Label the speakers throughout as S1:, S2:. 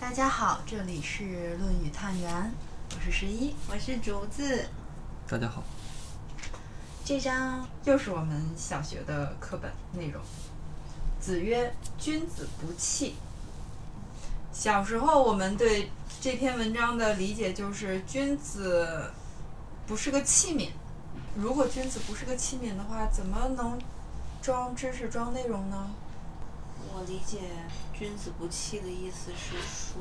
S1: 大家好，这里是《论语探源》，我是十一。
S2: 我是竹子，
S3: 大家好，
S1: 这章
S2: 又是我们小学的课本内容。
S1: 子曰：“君子不器。”小时候我们对这篇文章的理解就是君子不是个器皿。如果君子不是个器皿的话，怎么能装知识、装内容呢？
S4: 我理解“君子不器”的意思是说，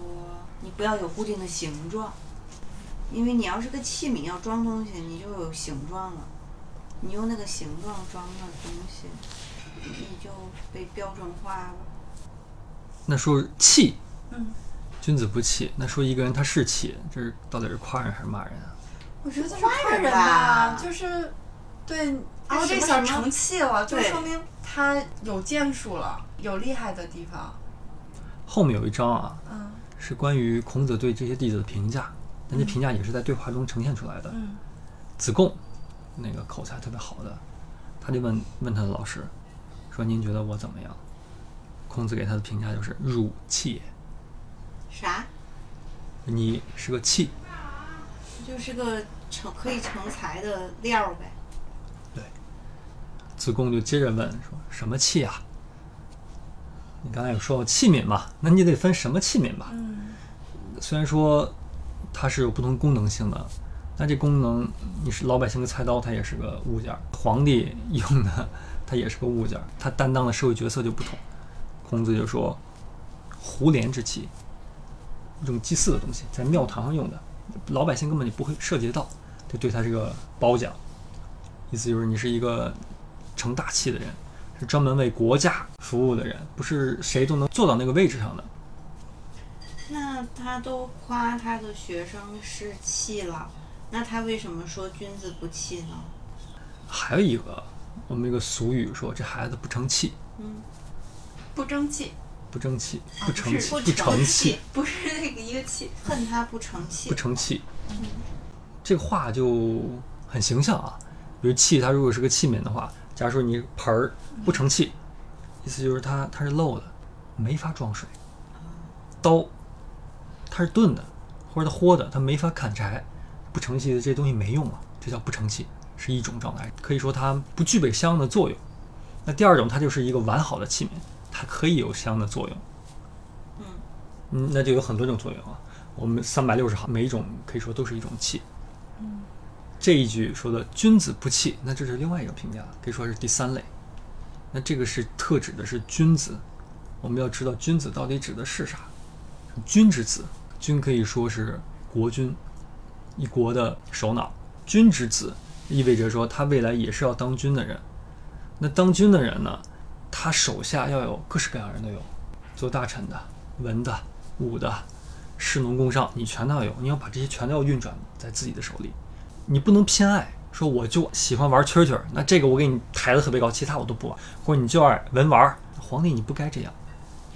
S4: 你不要有固定的形状，因为你要是个器皿要装东西，你就有形状了。你用那个形状装那东西，你就被标准化了。
S3: 那说气，
S1: 嗯，
S3: 君子不器。那说一个人他是气，这是到底是夸人还是骂人啊？
S1: 我觉得是
S2: 夸
S1: 夸
S2: 人
S1: 人
S2: 吧
S1: 就是对，
S2: 他
S1: 哦，
S2: 什
S1: 这
S2: 么
S1: 小
S2: 什么
S1: 成器了，就
S2: 对
S1: 说明他有建树了，有厉害的地方。
S3: 后面有一章啊，
S1: 嗯
S3: 是关于孔子对这些弟子的评价，但这评价也是在对话中呈现出来的。
S1: 嗯
S3: 子贡，那个口才特别好的，他就问问他的老师，说您觉得我怎么样？孔子给他的评价就是汝气也，
S4: 啥？
S3: 你是个气。
S4: 就是个成可以成才的料儿呗。
S3: 子贡就接着问说什么气啊？你刚才有说过器皿嘛，那你得分什么器皿吧？
S1: 嗯
S3: 虽然说它是有不同功能性的，那这功能你是老百姓的菜刀，它也是个物件儿；皇帝用的，它也是个物件儿。它担当的社会角色就不同。孔子就说：“胡连之器，一种祭祀的东西，在庙堂上用的，老百姓根本就不会涉及到，这对他是个褒奖。意思就是你是一个成大器的人，是专门为国家服务的人，不是谁都能坐到那个位置上的。”
S4: 那他都夸他的学生是器了，那他为什么说君子不器呢？
S3: 还有一个，我们有个俗语说这孩子不成器，
S4: 嗯，
S1: 不争气，
S3: 不争气，
S1: 啊
S3: 不成器，
S4: 不
S3: 不成
S4: 器
S3: 器，，
S1: 不是那个一个气。
S4: 恨他不成器
S3: 不。成器。这个话就很形象啊。比如器，它如果是个器皿的话，假如说你盆儿不成器，意思就是它它是漏的，没法装水。刀，它是钝的，或者它豁的，它没法砍柴，不成器的这东西没用啊，这叫不成器，是一种状态，可以说它不具备相应的作用。那第二种，它就是一个完好的器皿，它可以有相应的作用。
S4: 嗯
S3: 嗯，那就有很多种作用啊。我们三百六十行，每一种可以说都是一种气。
S1: 嗯，
S3: 这一句说的“君子不器”，那这是另外一个评价，可以说是第三类。那这个是特指的是君子，我们要知道君子到底指的是啥。君之子，君可以说是国君，一国的首脑。君之子意味着说他未来也是要当君的人。那当君的人呢，他手下要有各式各样的人都有，做大臣的、文的、武的、士农工商，你全都要有，你要把这些全都要运转在自己的手里，你不能偏爱。说我就喜欢玩蛐蛐儿，那这个我给你抬得特别高，其他我都不玩。或者你就爱文玩儿，皇帝你不该这样，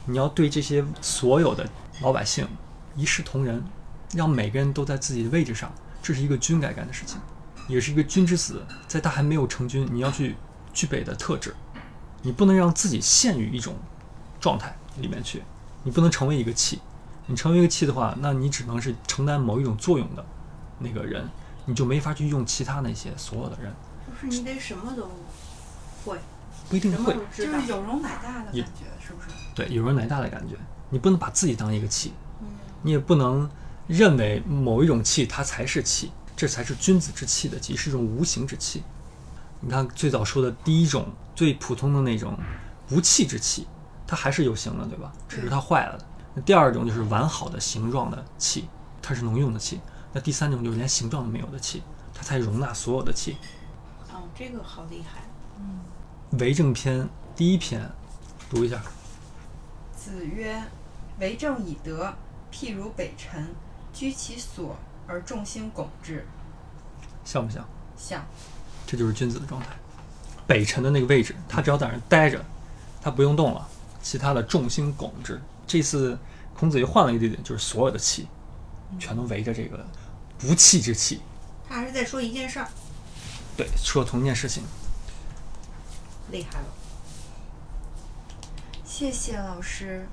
S3: 你要对这些所有的老百姓一视同仁，让每个人都在自己的位置上，这是一个君该干的事情，也是一个君之子，在他还没有成君，你要去具备的特质。你不能让自己陷于一种状态里面去，你不能成为一个气。你成为一个气的话，那你只能是承担某一种作用的那个人，你就没法去用其他那些所有的人，
S4: 就是你得什么都会，
S3: 不一定
S4: 什么
S3: 会
S4: 都
S1: 就
S4: 知道
S1: 是。有容乃大的感
S3: 也
S1: 觉，是不是？
S3: 对有人乃大的感觉。你不能把自己当一个气，
S4: 嗯，
S3: 你也不能认为某一种气它才是气，这才是君子之气的气，是一种无形之气。你看最早说的第一种最普通的那种无气之气，它还是有形的，对吧？只是它坏了。那第二种就是完好的形状的气，它是能用的气。那第三种就是连形状都没有的气，它才容纳所有的气。
S4: 哦，这个好厉害。
S3: 《为政篇》第一篇，读一下。
S1: 子曰：“为政以德，譬如北辰，居其所而众星拱之。
S3: 像不像？”
S1: 像
S3: 这就是君子的状态。北辰的那个位置，他只要在那儿待着，他不用动了，其他的众星拱之。这次孔子又换了一个地点，就是所有的气，全都围着这个不气之气。
S4: 他还是在说一件事儿，
S3: 对，说同一件事情。
S4: 厉害了。
S1: 谢谢老师。